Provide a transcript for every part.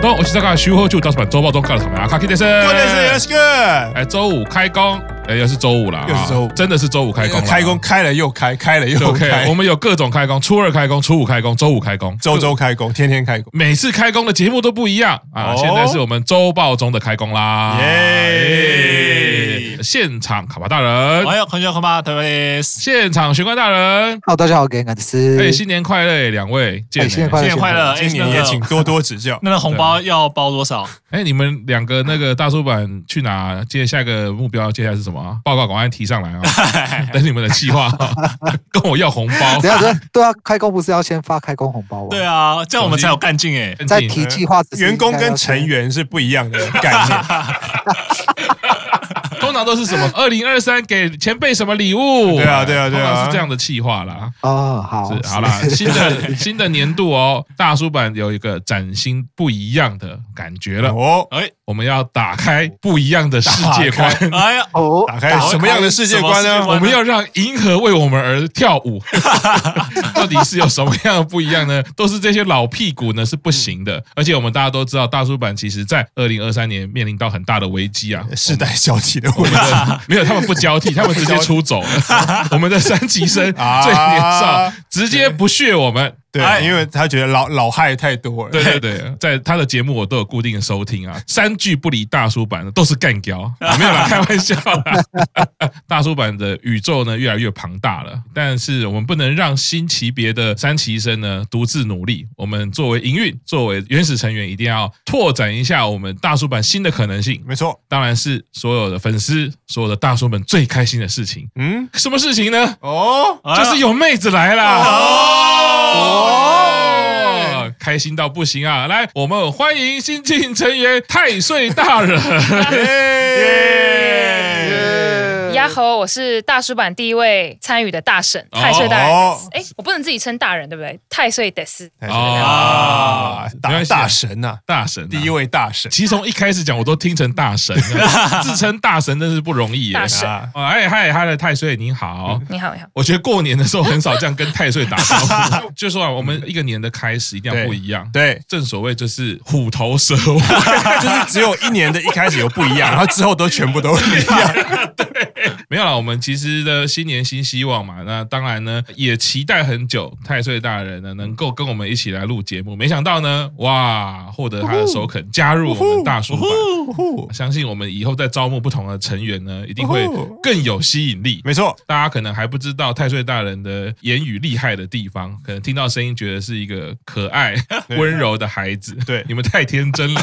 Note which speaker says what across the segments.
Speaker 1: 东，我是大咖徐后就当是版周报中看的草莓阿卡 K 先生。
Speaker 2: 关键是 Yes Good，
Speaker 1: 哎，周五开工，哎，又是周五啦，
Speaker 2: 又是周五
Speaker 1: 啊真的是周五开工啦，
Speaker 2: 开工开了又开，开了
Speaker 1: 对
Speaker 2: 又
Speaker 1: OK。
Speaker 2: 开
Speaker 1: 我，们有各种开工，初二开工，初五开工，周五开工，
Speaker 2: 周周开工，天天开工，
Speaker 1: 每次开工的节目都不一样啊！
Speaker 2: 哦
Speaker 1: 现在是我们周报中的开工啦，
Speaker 2: 耶
Speaker 1: 耶！现场卡巴大人，
Speaker 3: 哎呦，同学好吗？特别新
Speaker 1: 现场玄关大人，
Speaker 4: 好，大家好，给感斯。
Speaker 1: 哎，新年快乐，两位！见
Speaker 4: 哎新年快乐
Speaker 3: 年快乐！哎
Speaker 2: 今年也请多多指教。
Speaker 3: 那个红包要包多少？
Speaker 1: 哎，你们两个那个大叔版去哪？接下一个目标，接下来是什么啊？报告赶快提上来啊！等你们的计划啊，跟我要红包
Speaker 4: 等一。下，等一下对啊，开工不是要先发开工红包吗？
Speaker 3: 对，啊，这样我们才有干劲哎。
Speaker 4: 在提计划之前
Speaker 2: 员工
Speaker 4: 应该
Speaker 2: 跟
Speaker 4: 要先
Speaker 2: 成员是不一样的概念，
Speaker 1: 通常都是什么？二零二三给前辈什么礼物？
Speaker 2: 对啊对啊对啊
Speaker 1: 通常是这样的计划啦。
Speaker 4: 哦，好，
Speaker 1: 是好啦，新的新的年度哦，大叔版有一个崭新不一样的感觉了。
Speaker 2: 哦，
Speaker 3: 哎
Speaker 1: 我们要打开不一样的世界观，
Speaker 3: 哎呀，
Speaker 4: 哦，
Speaker 2: 打开什么样的世界观
Speaker 3: 什么世界
Speaker 2: 呢？
Speaker 3: 观
Speaker 1: 我们要让银河为我们而跳舞。 到底是有什么样的不一样呢？都是这些老屁股呢是不行的。而且我们大家都知道，大叔版其实在二零二三年面临到很大的危机啊。
Speaker 2: 世代交替的问
Speaker 1: 我
Speaker 2: 题
Speaker 1: 们的 没有，他们不交替，他们直接出走了。我们的三级 生最
Speaker 2: 啊
Speaker 1: 年少，直接不屑我们。
Speaker 3: 哎
Speaker 2: 对，因为他觉得老老害太多了，
Speaker 1: 对对对，在他的节目我都有固定收听啊，三句不离大叔版的都是干胶、啊，没有啦，开玩笑啦。 大叔版的宇宙呢越来越庞大了，但是我们不能让新级别的三期生呢独自努力，我们作为营运，作为原始成员，一定要拓展一下我们大叔版新的可能性。
Speaker 2: 没错，
Speaker 1: 当然是所有的粉丝、所有的大叔们最开心的事情，
Speaker 2: 嗯，
Speaker 1: 什么事情呢？
Speaker 2: 哦，啊
Speaker 3: 哎呀
Speaker 1: 就是有妹子来啦！
Speaker 2: 哦
Speaker 1: 哦，开心到不行啊！来，我们欢迎新晋成员太岁大 人。
Speaker 2: 耶
Speaker 4: 哎
Speaker 5: 丫头，我是大叔版第一位参与的大婶，
Speaker 1: 哦
Speaker 5: 太岁大人
Speaker 2: 哦。
Speaker 5: 哎、我不能自己称大人，对不对？太岁得斯。
Speaker 2: 啊，
Speaker 1: 没
Speaker 2: 大
Speaker 1: 关系啊
Speaker 2: 大神呐，
Speaker 1: 大神啊、
Speaker 2: 第一位大神
Speaker 1: 其实从一开始讲，我都听成大 神了，自称大神真是不容易耶。
Speaker 5: 大神
Speaker 2: 啊，
Speaker 1: 哦哎嗨嗨的太岁您好。
Speaker 5: 你好，你好。
Speaker 1: 我觉得过年的时候很少这样跟太岁打招 呼，就说啊，我们一个年的开始一定要不一样。
Speaker 2: 对，
Speaker 1: 正所谓就是虎头蛇尾，
Speaker 2: 就是只有一年的一开始有不一样，然后之后都全部都不一样。
Speaker 1: 没有啦，我们其实的新年新希望嘛，那当然呢也期待很久太岁大人呢能够跟我们一起来录节目，没想到呢，哇，获得他的首肯，加入我们大叔版。相信我们以后在招募不同的成员呢，一定会更有吸引力。
Speaker 2: 没错，
Speaker 1: 大家可能还不知道太岁大人的言语厉害的地方，可能听到声音觉得是一个可爱温柔的孩子。
Speaker 2: 对
Speaker 1: 你们太天真了，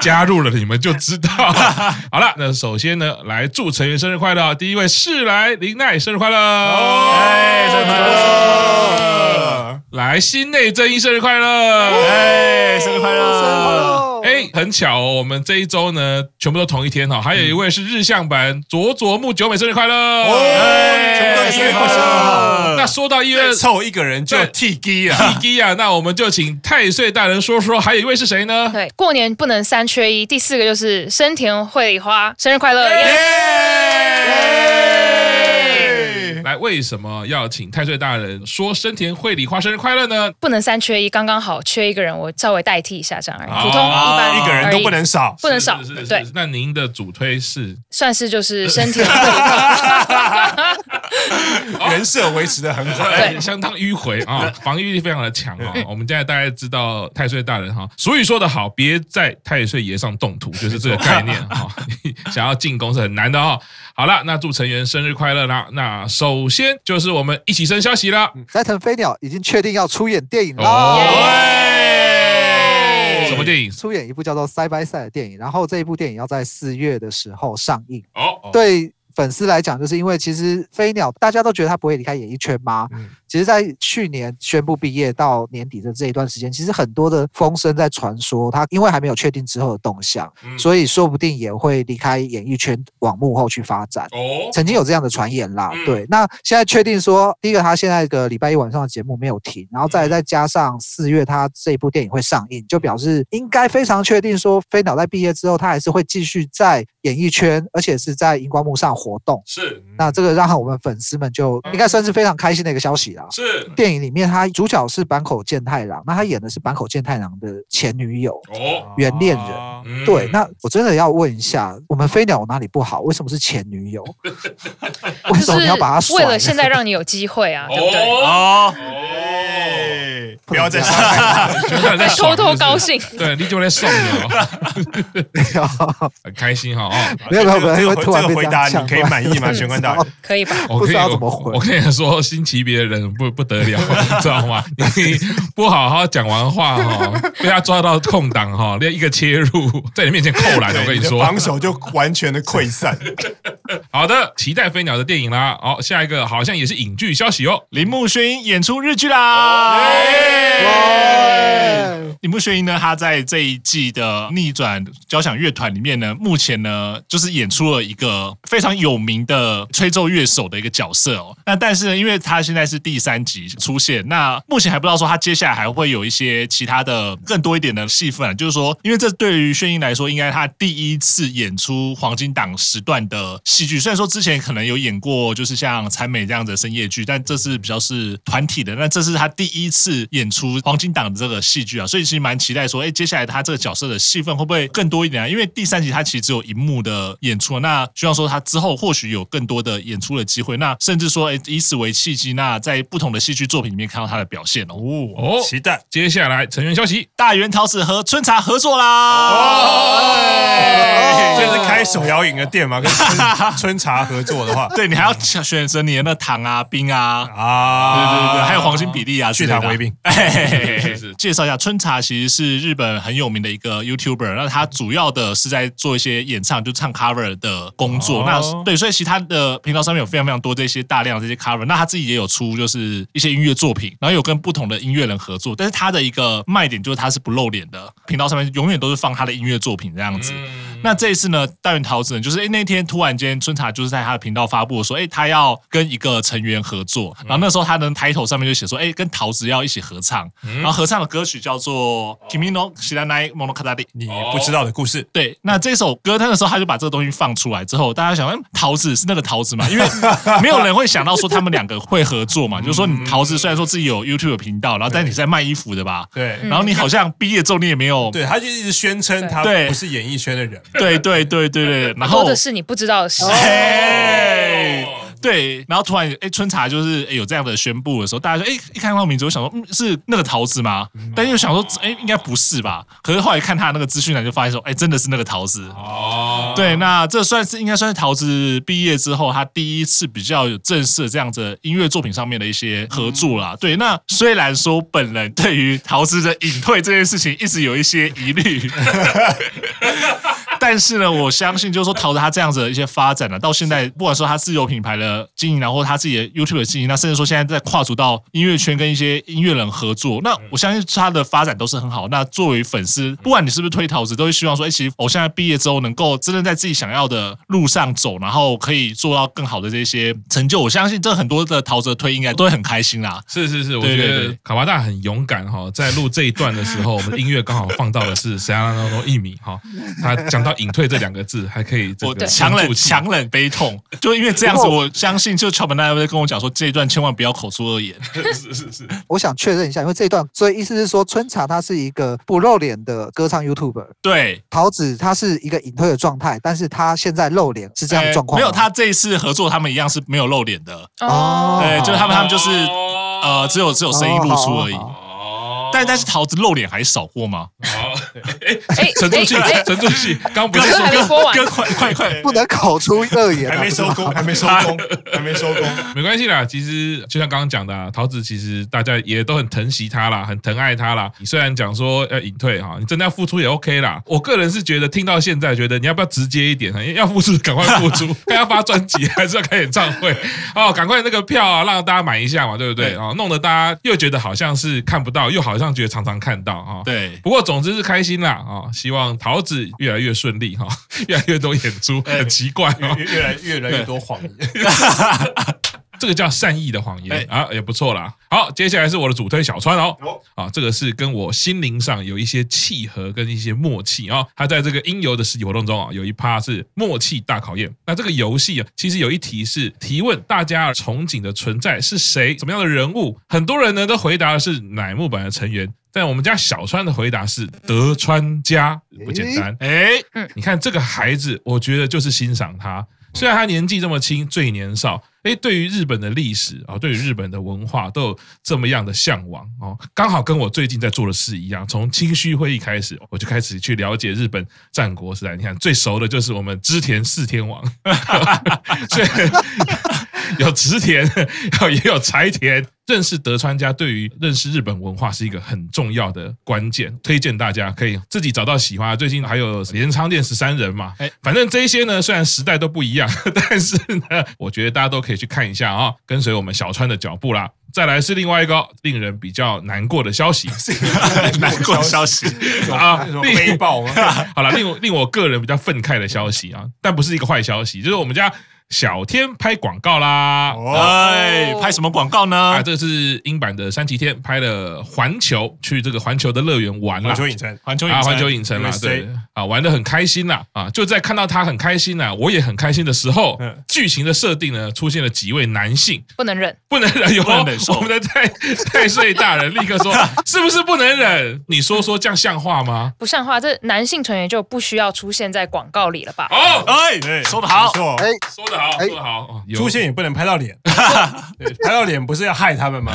Speaker 1: 加入了你们就知道。好了，那首先呢，来祝成员生日快乐。第一位是来林奈生日快乐，
Speaker 2: 哎
Speaker 3: 生日快
Speaker 2: 乐！
Speaker 1: 来新内正一生日快
Speaker 2: 哦
Speaker 1: 乐。
Speaker 3: 哎，生日快乐！
Speaker 4: 哦
Speaker 1: 哎，很巧哦，我们这一周呢，全部都同一天哈、哦。还有一位是日向版佐佐木久美生日快乐。
Speaker 2: 哎
Speaker 3: 全部都
Speaker 1: 哎
Speaker 3: 一月
Speaker 2: 二
Speaker 3: 二
Speaker 2: 十
Speaker 3: 十
Speaker 2: 二
Speaker 3: 二
Speaker 2: 号
Speaker 3: 号。
Speaker 1: 那说到一月
Speaker 2: 再凑一个人就
Speaker 1: 对
Speaker 2: T G 啊！
Speaker 1: 低啊，那我们就请太岁大人说说，还有一位是谁呢？
Speaker 5: 对，过年不能三缺一。第四个就是生田绘花，生日快乐！耶
Speaker 2: 耶！
Speaker 1: 来，为什么要请太岁大人说生田绘梨花生日快乐呢？
Speaker 5: 不能三缺一，刚刚好缺一个人，我稍微代替一下这样而已。
Speaker 1: 哦
Speaker 5: 普通一般
Speaker 2: 一个人都不能少，
Speaker 5: 不能少
Speaker 1: 是是是，
Speaker 5: 对
Speaker 1: 是，那您的主推是
Speaker 5: 算是就是生田 绘花。
Speaker 2: 人设维持的很好。
Speaker 5: 对
Speaker 1: 哎相当迂回啊，防御力非常的强啊。我们现在大概知道太岁大人哈，俗语说得好，别在太岁爷上动土，就是这个概念 哈。你想要进攻是很难的哦。好了，那祝成员生日快乐啦！那首先就是我们一起生消息啦。
Speaker 4: 斋藤飞鸟已经确定要出演电影
Speaker 1: 哦
Speaker 4: 啦。
Speaker 1: 什么电影？
Speaker 4: 出演一部叫做《Side by Side》的电影，然后这一部电影要在四月的时候上映。
Speaker 1: 哦，
Speaker 4: 对粉丝来讲，就是因为其实飞鸟大家都觉得他不会离开演艺圈嘛。
Speaker 2: 嗯
Speaker 4: 其实，在去年宣布毕业到年底的这一段时间，其实很多的风声在传说他因为还没有确定之后的动向，
Speaker 1: 嗯
Speaker 4: 所以说不定也会离开演艺圈往幕后去发展。
Speaker 1: 哦，
Speaker 4: 曾经有这样的传言啦，
Speaker 1: 嗯
Speaker 4: 对。那现在确定说，第一个他现在个礼拜一晚上的节目没有停，然后再来再加上四月他这一部电影会上映，就表示应该非常确定说，飞鸟在毕业之后，他还是会继续在演艺圈，而且是在荧光幕上活动。
Speaker 1: 是
Speaker 4: 那这个让我们粉丝们就应该算是非常开心的一个消息啦。
Speaker 1: 是
Speaker 4: 电影里面，他主角是坂口健太郎，那他演的是坂口健太郎的前女友。
Speaker 1: 哦，
Speaker 4: 原恋人
Speaker 2: 哦
Speaker 1: 嗯
Speaker 4: 对，那我真的要问一下，我们飞鸟有哪里不好？为什么是前女 友？为
Speaker 5: 就
Speaker 4: 什么你要把他
Speaker 5: 是
Speaker 4: 甩
Speaker 5: 为
Speaker 4: 呢？
Speaker 5: 了现在让你有机会啊，对不对？
Speaker 1: 哦，
Speaker 3: 哦，
Speaker 1: 哦
Speaker 2: 哎不要再伤害他了。
Speaker 1: 觉得他在
Speaker 5: 偷
Speaker 1: 爽
Speaker 5: 偷
Speaker 1: 是不是
Speaker 5: 高兴，
Speaker 1: 对，你就在送了，很开心哈啊！哦
Speaker 4: 没有没有没有
Speaker 2: 这个
Speaker 4: 因为突然
Speaker 2: 这个
Speaker 4: 被这
Speaker 2: 回
Speaker 4: 样
Speaker 2: 答
Speaker 4: 呛
Speaker 2: 你可以满意吗？玄关大人，
Speaker 5: 可以吧？
Speaker 1: 我
Speaker 4: 不
Speaker 1: 跟
Speaker 4: 知
Speaker 1: 你
Speaker 4: 道怎么回
Speaker 1: 我跟你说，新奇别人不不得了， 你知道吗？你不好好讲完话哈，被他抓到空档哈，连一个切入在你面前扣篮，我
Speaker 2: 对
Speaker 1: 跟你
Speaker 2: 的
Speaker 1: 说，
Speaker 2: 防守就完全的溃散。
Speaker 1: 好的，期待飞鸟的电影啦。好、下一个好像也是影剧消息哦。
Speaker 3: 铃木宣英演出日剧啦！耶
Speaker 4: 哇
Speaker 3: 铃木宣英呢，他在这一季的逆转交响乐团里面呢，目前呢就是演出了一个非常有名的吹奏乐手的一个角色哦。那但是呢，因为他现在是第三集出现，那目前还不知道说他接下来还会有一些其他的更多一点的戏份、啊，就是说，因为这对于宣英来说，应该他第一次演出黄金档时段的戏剧，虽然说之前可能有演过就是像残美这样的深夜剧，但这是比较是团体的，那这是他第一次演出黄金档的这个戏剧啊，所以其实蛮期待说，哎，接下来他这个角色的戏份会不会更多一点啊？因为第三集他其实只有一幕的演出，啊那希望说他之后或许有更多的演出的机会，那甚至说，哎，以此为契机，那在不同的戏剧作品里面看到他的表现哦。
Speaker 1: 哦，
Speaker 2: 期待
Speaker 1: 接下来成员消息，
Speaker 3: 大原桃子和春茶合作啦！
Speaker 2: 哦，
Speaker 3: 哎
Speaker 2: 这是开手摇饮的店 吗？跟春春茶合作的话
Speaker 3: 对你还要选择你的那糖啊、冰啊。对
Speaker 2: 啊，
Speaker 3: 对对，还有黄金比例啊，
Speaker 2: 去
Speaker 3: 之类
Speaker 2: 糖
Speaker 3: 的
Speaker 2: 为冰。
Speaker 3: 哎嘿嘿嘿
Speaker 1: 是是
Speaker 3: 介绍一下，春茶其实是日本很有名的一个 YouTuber，那他主要的是在做一些演唱，就唱 cover 的工作。
Speaker 2: 哦
Speaker 3: 那对，所以其他的频道上面有非常非常多这些大量的这些 cover。那他自己也有出就是一些音乐作品，然后有跟不同的音乐人合作。但是他的一个卖点就是他是不露脸的，频道上面永远都是放他的音乐作品这样
Speaker 1: 嗯
Speaker 3: 子。那这一次呢，大原桃子呢，就是哎、诶那天突然间春茶就是在他的频道发布说，哎、他要跟一个成员合作，然后那时候他的 title 上面就写说，哎、跟桃子要一起合唱，然后合唱的歌曲叫做《Kimi no Shiranai Monogatari》。
Speaker 2: 你不知道的故事，
Speaker 3: 对，那这首歌他那时候他就把这个东西放出来之后，大家想，嗯，桃子是那个桃子嘛？因为 没有人会想到说他们两个会合作嘛，就是说你桃子虽然说自己有 YouTube 的频道，然后但你是在卖衣服的吧？
Speaker 2: 对
Speaker 5: 嗯
Speaker 3: 然后你好像毕业之后你也没有，
Speaker 2: 对，他就一直宣称他
Speaker 3: 对
Speaker 2: 不是演艺圈的人。
Speaker 3: 对对对对对，然后
Speaker 5: 多的是你不知道的
Speaker 1: 哦
Speaker 5: 事。
Speaker 3: 哎，对，然后突然哎，春茶就是哎有这样的宣布的时候，大家就哎一看到名字，我想说，嗯，是那个桃子吗？但又想说，哎，应该不是吧？可是后来看他那个资讯栏，就发现说，哎，真的是那个桃子。
Speaker 1: 哦，
Speaker 3: 对，那这算是应该算是桃子毕业之后，他第一次比较有正式的这样子音乐作品上面的一些合作啦。对，那虽然说本人对于桃子的隐退这件事情一直有一些疑虑，但是呢，我相信就是说，桃子他这样子的一些发展呢、到现在，不管说他自有品牌的经营，然后他自己的 YouTube 的经营，那甚至说现在在跨足到音乐圈跟一些音乐人合作，那我相信他的发展都是很好。那作为粉丝，不管你是不是推桃子，都会希望说，哎、其实偶像在毕业之后能够真的在自己想要的路上走，然后可以做到更好的这些成就。我相信这很多的桃子的推应该都会很开心啦。
Speaker 1: 是是是，我
Speaker 3: 对
Speaker 1: 觉
Speaker 3: 对
Speaker 1: 得
Speaker 3: 对
Speaker 1: 卡巴大很勇敢哈， 在录这一段的时候，我们的音乐刚好放到的是 s a n o 一米哈，他讲到隐退这两个字，还可以这
Speaker 3: 我
Speaker 1: 个
Speaker 3: 强
Speaker 1: 沉住
Speaker 3: 忍
Speaker 1: 气
Speaker 3: 强忍悲痛，就因为这样子，
Speaker 4: 不过
Speaker 3: 我相信就桥本大会跟我讲说，这一段千万不要口出恶言。
Speaker 1: 是是是，
Speaker 4: 我想确认一下，因为这一段，所以意思是说，春茶他是一个不露脸的歌唱 YouTuber，
Speaker 3: 对，
Speaker 4: 桃子他是一个隐退的状态，但是他现在露脸是这样的
Speaker 2: 哎
Speaker 3: 呃
Speaker 4: 状况、
Speaker 3: 没有，他这一次合作，他们一样是没有露脸的，
Speaker 4: 哦
Speaker 3: 对，就是他们他们就是呃，只有只有声音露出而已
Speaker 4: 哦。好
Speaker 1: 哦
Speaker 3: 但但是桃子露脸还少过吗？
Speaker 1: 好，
Speaker 5: 哎，
Speaker 1: 沉住气
Speaker 5: 哎，哎
Speaker 1: 沉住气，刚不是
Speaker 5: 歌还没
Speaker 1: 说
Speaker 5: 播完，
Speaker 3: 哥，快快 快！
Speaker 4: 不能口出恶言、啊，
Speaker 2: 还没收工，还没收工， 还没收工。
Speaker 1: 没关系啦，其实就像刚刚讲的、啊，桃子其实大家也都很疼惜她啦，很疼爱她啦。你虽然讲说要隐退哈，你真的要付出也 OK 啦。我个人是觉得听到现在，觉得你要不要直接一点啊？因为要付出赶快付出， 该要发专辑还是要开演唱会哦，赶快那个票啊，让大家买一下嘛，对不对
Speaker 3: 对
Speaker 1: 啊、哦？弄得大家又觉得好像是看不到，又好像觉得常常看到啊。哦
Speaker 3: 对，
Speaker 1: 不过总之是开心啦啊、哦！希望桃子越来越顺利哈、 哦，越来越多演出，很奇怪哦。
Speaker 2: 越越来越来越多谎言。
Speaker 1: 这个叫善意的谎
Speaker 3: 哎
Speaker 1: 言啊，也不错啦。好，接下来是我的主推小川哦
Speaker 2: 哦，
Speaker 1: 啊，这个是跟我心灵上有一些契合跟一些默契啊。他在这个音游的实体活动中啊，有一趴是默契大考验。那这个游戏啊，其实有一题是提问大家憧憬的存在是谁，什么样的人物？很多人呢都回答的是乃木坂的成员，但我们家小川的回答是德川家，不简单。
Speaker 3: 哎，
Speaker 1: 你看这个孩子，我觉得就是欣赏他。虽然他年纪这么轻，最年少，诶，对于日本的历史啊、对于日本的文化都有这么样的向往哦，刚好跟我最近在做的事一样。从清虚会议开始，我就开始去了解日本战国时代。你看，最熟的就是我们织田四天王， 所以 有植田，也有柴田。认识德川家对于认识日本文化是一个很重要的关键，推荐大家可以自己找到喜欢的。最近还有镰仓殿十三人嘛
Speaker 3: 哎，
Speaker 1: 反正这一些呢，虽然时代都不一样， 但是呢，我觉得大家都可以去看一下啊、跟随我们小川的脚步啦。再来是另外一个令人比较难过的消 息
Speaker 3: 难过消息，
Speaker 1: 啊，
Speaker 2: 那种
Speaker 1: 另
Speaker 2: 背包吗？
Speaker 1: 好了，令我令我个人比较愤慨的消息
Speaker 2: 嗯
Speaker 1: 啊，但不是一个坏消息，就是我们家小天拍广告啦。
Speaker 2: 哦，
Speaker 3: 哎，拍什么广告
Speaker 1: 啊，
Speaker 3: 呢？
Speaker 1: 这是英版的山崎天拍了环球，去这个环球的乐园玩啦
Speaker 2: 环。球影城，
Speaker 3: 环球影
Speaker 1: 啊，
Speaker 3: 城
Speaker 1: 环球影城啦，
Speaker 2: USA
Speaker 1: 对啊，玩的很开心啦，啊，就在看到他很开心啦，啊我也很开心的时候
Speaker 2: 嗯，
Speaker 1: 剧情的设定呢，出现了几位男性，
Speaker 5: 不能忍。
Speaker 1: 不能忍，有
Speaker 3: 不能忍受
Speaker 1: 我们的太太岁大人立刻 说，是不是不能忍？你说说这样像话吗？
Speaker 5: 不像话，这男性成员就不需要出现在广告里了吧？
Speaker 1: 哦，
Speaker 3: 哎，
Speaker 2: 对，
Speaker 3: 说得好
Speaker 2: 没错
Speaker 4: 哎
Speaker 1: 说得好，
Speaker 4: 哎
Speaker 1: 说得好，哦有
Speaker 2: 出现也不能拍到 脸，对拍到脸不是要害他们吗？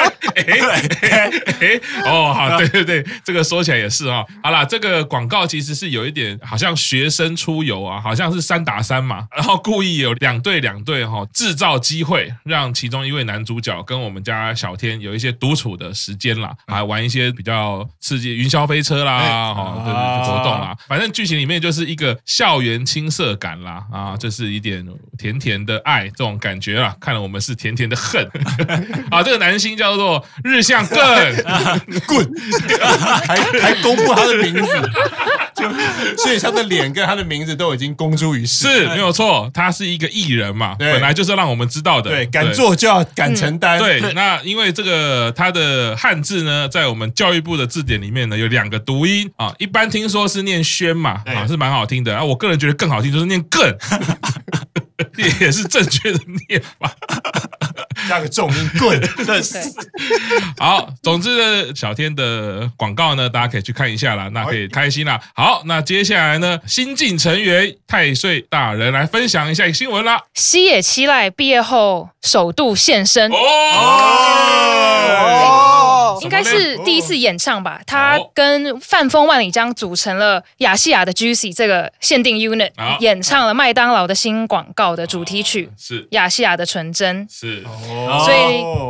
Speaker 1: 哎哎哦，好，对对对，这个说起来也是啊、好啦，这个广告其实是有一点，好像学生出游啊，好像是三打三嘛，然后故意有两队两队哈、制造机会，让其中一位男主角跟我们家小天有一些独处的时间啦，还玩一些比较刺激云霄飞车啦，哦，对对，活动啦，反正剧情里面就是一个校园青涩感啦，啊，就是一点甜甜的爱这种感觉啦，看了我们是甜甜的恨。 啊，这个男星叫做日向更，
Speaker 2: 滚， 还还公布他的名字， 就所以他的脸跟他的名字都已经公诸于世，
Speaker 1: 是没有错，他是一个艺人嘛，
Speaker 2: 对
Speaker 1: 本来就是让我们知道的，
Speaker 2: 对，敢。做就要敢承担，
Speaker 1: 对，那因为这个他的汉字呢，在我们教育部的字典里面呢，有两个读音啊。一般听说是念轩嘛，
Speaker 3: 对
Speaker 1: 啊是蛮好听的啊。我个人觉得更好听就是念更， 也是正确的念法。
Speaker 2: 加个重音，滚，
Speaker 5: 对，
Speaker 1: 好，总之呢，小天的广告呢，大家可以去看一下啦，那可以开心啦。好，那接下来呢，新晋成员太岁大人来分享一下新闻啦。
Speaker 5: 西野七濑毕业后首度现身。
Speaker 2: 哦
Speaker 1: 哦，
Speaker 4: 哦
Speaker 5: 应该是第一次演唱吧，他
Speaker 1: 哦
Speaker 5: 跟范风万里江组成了雅西亚的 Juicy 这个限定 unit，
Speaker 1: 好
Speaker 5: 演唱了麦当劳的新广告的主题曲《
Speaker 1: 是
Speaker 5: 雅西亚的纯真》，
Speaker 1: 是
Speaker 2: 哦
Speaker 5: 所以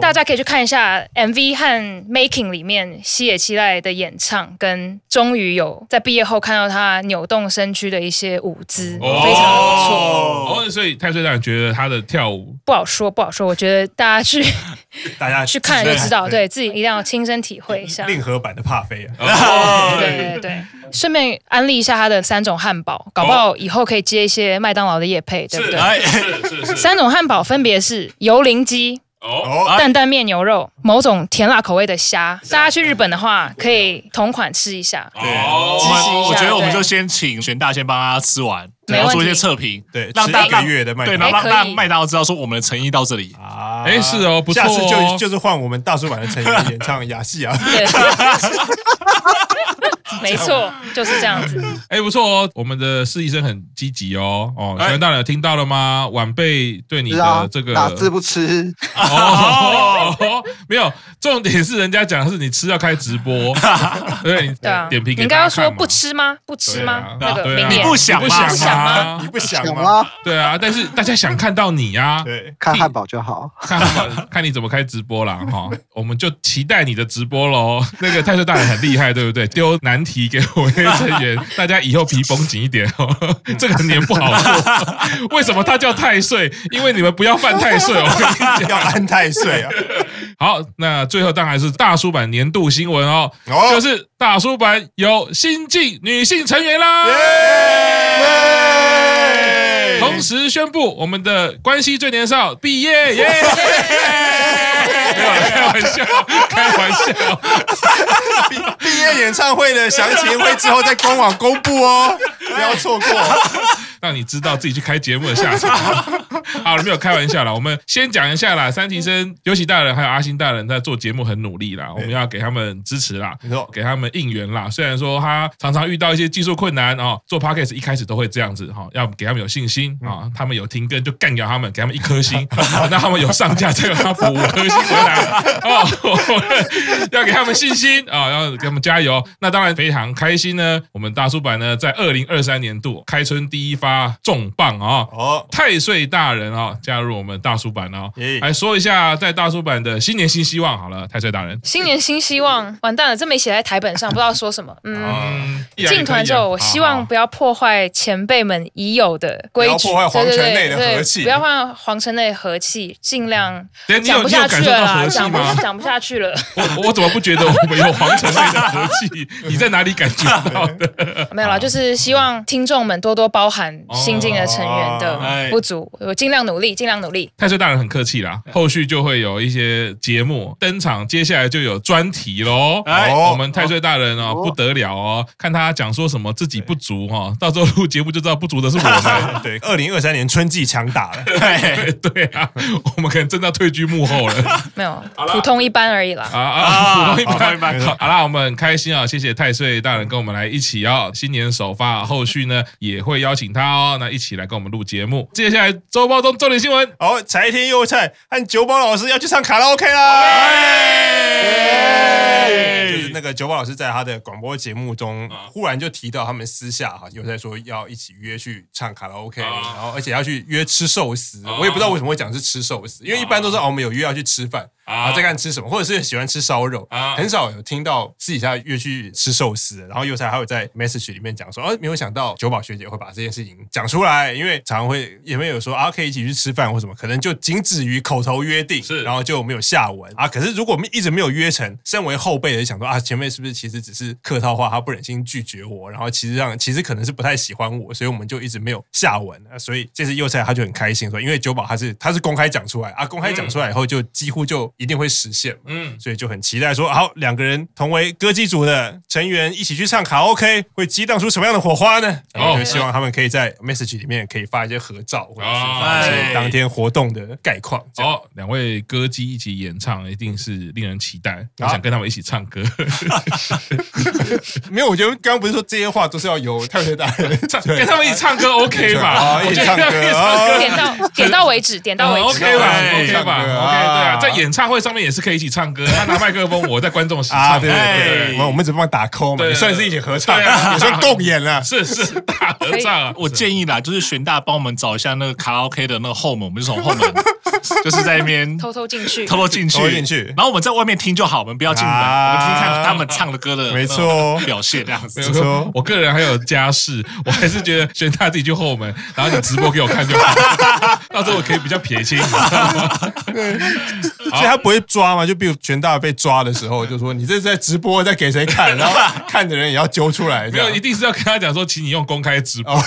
Speaker 5: 大家可以去看一下 MV 和 Making 里面西野七濑的演唱，跟终于有在毕业后看到他扭动身躯的一些舞姿，
Speaker 1: 哦
Speaker 5: 非常不错。
Speaker 1: 哦，所以太岁大人觉得他的跳舞
Speaker 5: 不好说，不好说。我觉得大 家去
Speaker 2: 大家
Speaker 5: 去看了就知道，对自己一定要亲身体会一下。
Speaker 2: 令和版的帕菲啊，
Speaker 5: 对对对对，顺便安利一下他的三种汉堡，搞不好以后可以接一些麦当劳的业配，对不对？
Speaker 3: 哎，
Speaker 1: 是是是
Speaker 5: 三种汉堡分别是油淋鸡、
Speaker 1: 哦，
Speaker 2: 哦，
Speaker 5: 担担面牛肉、某种甜辣口味的虾。大家去日本的话，可以同款吃一下。
Speaker 1: 哦
Speaker 3: 我们我觉得我们
Speaker 5: 对
Speaker 3: 就先请玄大先帮大家吃完，
Speaker 5: 没
Speaker 3: 然后
Speaker 5: 问
Speaker 3: 做一些
Speaker 5: 题
Speaker 3: 测评，
Speaker 2: 对，
Speaker 3: 让
Speaker 2: 吃
Speaker 3: 大
Speaker 2: 一个
Speaker 3: 家
Speaker 2: 月的麦
Speaker 3: 对，
Speaker 2: 当
Speaker 3: 然
Speaker 2: 劳
Speaker 3: 后让
Speaker 5: 哎可以
Speaker 3: 让麦当劳知道说我们的诚意到这里。
Speaker 2: 啊
Speaker 1: 哎是哦不错哦
Speaker 2: 下次就就是换我们大叔版的成员演唱雅啊西亚，
Speaker 5: 对，没错，就是这样子。
Speaker 1: 哎，不错哦，我们的实习生很积极哦，哦，小天大人有听到了吗？晚辈对你
Speaker 4: 知道
Speaker 1: 的这个
Speaker 4: 啊哪字不吃？
Speaker 1: 哦，没有，重点是人家讲的是你吃要开直播，对，你
Speaker 5: 对啊，
Speaker 1: 点评
Speaker 5: 你
Speaker 1: 给
Speaker 5: 应
Speaker 1: 大
Speaker 5: 该
Speaker 1: 家
Speaker 5: 要
Speaker 1: 看
Speaker 5: 说
Speaker 1: 嘛
Speaker 5: 不吃吗？不吃吗？
Speaker 1: 对
Speaker 5: 那
Speaker 1: 啊
Speaker 5: 个
Speaker 1: 对啊
Speaker 5: 名
Speaker 1: 你
Speaker 5: 言
Speaker 3: 不。想
Speaker 1: 你不
Speaker 3: 吗啊
Speaker 1: 想
Speaker 5: 想
Speaker 1: 吗
Speaker 5: 吗？
Speaker 2: 你不想
Speaker 4: 想
Speaker 2: 吗？
Speaker 4: 吗？
Speaker 1: 对啊，但是大家想看到你啊呀、
Speaker 2: 对，
Speaker 4: 看汉堡就好。
Speaker 1: 看看看你怎么开直播啦哈、我们就期待你的直播喽。那个太岁大人很厉害，对不对？丢难题给我们的成员，大家以后皮绷紧一点哦， 这个年不好过。为什么他叫太岁？因为你们不要犯太岁哦。我跟 你讲
Speaker 2: 要安太岁 啊，
Speaker 1: 好，那最后当然是大叔版年度新闻哦，
Speaker 2: 哦
Speaker 1: 就是大叔版有新晋女性成员啦。
Speaker 2: 耶！
Speaker 1: 同时宣布我们的关系最年少毕业耶！没有啦，开玩笑，开玩笑。
Speaker 2: 毕业演唱会的详情会之后在官网公布哦，不要错过。哦
Speaker 1: 让你知道自己去开节目的下场。好了，没有开玩笑啦，我们先讲一下啦，三提生、尤喜大人还有阿星大人在做节目很努力啦，我们要给他们支持啦，
Speaker 2: 没错
Speaker 1: 给他们应援啦。虽然说他常常遇到一些技术困难哦，做 podcast 一开始都会这样子哈、要给他们有信心啊、他们有停更就干掉他们，给他们一颗星， 哦那他们有上架再给他补五颗星回来哦， 我们要给他们信心啊、要给他们加油。那当然非常开心呢，我们大叔版呢在二零二三年度开春第一发重磅啊、
Speaker 2: 哦，
Speaker 1: 太岁大人哦，加入我们大叔版哦
Speaker 2: 耶，
Speaker 1: 来说一下在大叔版的新年新希望好了，太岁大人，
Speaker 5: 新年新希望，完蛋了，这没写在台本上，不知道说什么。嗯，
Speaker 1: 嗯，一来
Speaker 5: 进团之
Speaker 1: 可以啊
Speaker 5: 后，我希望不要破坏前辈们已有的规
Speaker 2: 不
Speaker 5: 矩，
Speaker 2: 要破坏皇
Speaker 5: 对对
Speaker 2: 城内的
Speaker 5: 对
Speaker 2: 和气
Speaker 5: 对不要破坏皇城内的和气，尽量
Speaker 1: 等一下你有
Speaker 5: 讲不
Speaker 1: 嗯你有
Speaker 5: 下
Speaker 1: 感
Speaker 5: 去
Speaker 1: 受
Speaker 5: 了
Speaker 1: 到
Speaker 5: 啦，
Speaker 1: 和气
Speaker 5: 讲不
Speaker 1: 吗？
Speaker 5: 讲不下去了，
Speaker 1: 我我怎么不觉得我们有皇城内的和气？你在哪里感觉到的？
Speaker 5: 没有啦，就是希望听众们多多包涵新进的成员的不足，我尽量努力，尽量努力。
Speaker 1: 太岁大人很客气啦，后续就会有一些节目登场，接下来就有专题喽。
Speaker 3: 哎
Speaker 1: 我们太岁大人哦，
Speaker 4: 哦
Speaker 1: 不得了哦！看他讲说什么自己不足哦，到时候录节目就知道不足的是我们。
Speaker 2: 对，二零二三年春季强打了，
Speaker 3: 对
Speaker 1: 对啊，我们可能真的要退居幕后了。
Speaker 5: 没有，普通一般而已啦。
Speaker 1: 啊啊！
Speaker 3: 啊
Speaker 1: 普通一
Speaker 3: 普通
Speaker 1: 般
Speaker 3: 一般
Speaker 1: 好好啦，我们很开心啊，谢谢太岁大人跟我们来一起哦，新年首发啊，后续呢也会邀请他哦，那一起来跟我们录节目。接下来周报中重点新闻，
Speaker 2: 哦，柴田佑菜和久保老师要去唱卡拉 OK 啦！就是那个久保老师在他的广播节目中，忽然就提到他们私下哈有在说要一起约去唱卡拉 OK，然后而且要去约吃寿司，我也不知道为什么会讲是吃寿司，因为一般都是哦我们有约要去吃饭啊，再看吃什么，或者是喜欢吃烧肉，很少有听到私底下约去吃寿司。然后佑菜还有在 message 里面讲说，哦，没有想到久保学姐会把这件事情讲出来，因为常常会也没有说啊可以一起去吃饭或什么，可能就仅止于口头约定，
Speaker 1: 是
Speaker 2: 然后就没有下文啊。可是如果我们一直没有约成，身为后辈的就想说啊，前面是不是其实只是客套话，他不忍心拒绝我，然后其实让其实可能是不太喜欢我，所以我们就一直没有下文。啊、所以这次幼菜他就很开心说，因为九宝他是他是公开讲出来啊，公开讲出来以后就几乎就一定会实现嘛。
Speaker 1: 嗯，
Speaker 2: 所以就很期待说，好，两个人同为歌姬组的成员一起去唱卡拉 OK，会激荡出什么样的火花呢？然
Speaker 1: 哦
Speaker 2: 后就希望他们可以在 message 里面可以发一些合照，或者是发一些当天活动的概况。这样
Speaker 1: 哦，两位歌姬一起演唱，一定是令人期待。我想跟他们一起唱 歌，
Speaker 2: 没有，我觉得刚刚不是说这些话都是要由太岁大 人
Speaker 1: 唱跟他们一起唱歌 OK 吧？
Speaker 2: 哦一
Speaker 1: 我觉
Speaker 2: 起
Speaker 1: 得
Speaker 2: 唱歌
Speaker 1: 跟他们 一起唱歌
Speaker 5: 点到点到为止，点到为止。
Speaker 1: OK 吧
Speaker 3: 对
Speaker 1: ，OK 吧
Speaker 2: 唱歌
Speaker 1: ，OK 对啊，
Speaker 2: 啊
Speaker 1: 在演唱会上面也是可以一起唱歌，他拿麦克风，我在观众席
Speaker 2: 啊，
Speaker 1: 唱，
Speaker 2: 对对对，
Speaker 1: 哎
Speaker 2: 我们我们只帮打 call 嘛，也算是一起合唱，
Speaker 1: 啊
Speaker 2: 也算共 演了。
Speaker 1: 是是大合唱啊，
Speaker 3: 我建议啦，就是玄大帮我们找一下那个卡拉 OK 的那个后门，我们就从 后门，就是在那边
Speaker 5: 偷偷进去，
Speaker 3: 偷偷进去，
Speaker 2: 偷偷进去
Speaker 3: 然后我们在外面听就好，我们不要进门，
Speaker 2: 啊
Speaker 3: 我们听看他们唱的歌的，
Speaker 2: 没错
Speaker 3: 表现这样子
Speaker 1: 没。
Speaker 2: 没
Speaker 1: 有
Speaker 2: 错，
Speaker 1: 我个人还有家事， 我还是觉得选他自己去后门，然后你直播给我看就好，到时候我可以比较撇清，你知道吗？
Speaker 2: 所以他不会抓嘛，就比如全大被抓的时候，就说你这是在直播，在给谁看？然后看的人也要揪出来，这
Speaker 1: 没有，
Speaker 2: 样
Speaker 1: 一定是要跟他讲说，请你用公开直播。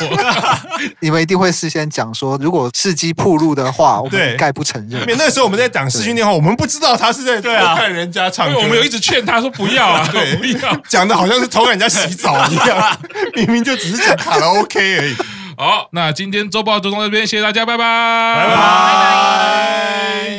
Speaker 4: 你们一定会事先讲说，如果事机铺路的话，我
Speaker 2: 对
Speaker 4: 们概不承认
Speaker 2: 因。为那时候我们在讲视讯电话，我们不知道他是在偷
Speaker 3: 对啊
Speaker 2: 看人家唱
Speaker 1: 因
Speaker 2: 歌，
Speaker 1: 为我们有一直劝他说不要啊，
Speaker 2: 对
Speaker 1: 不要。
Speaker 2: 讲的好像是偷看人家洗澡一 样，明明就只是讲卡拉 OK 而已。
Speaker 1: 好，那今天周报就到这边，谢谢大家，拜拜，
Speaker 2: 拜
Speaker 1: 拜
Speaker 2: 拜。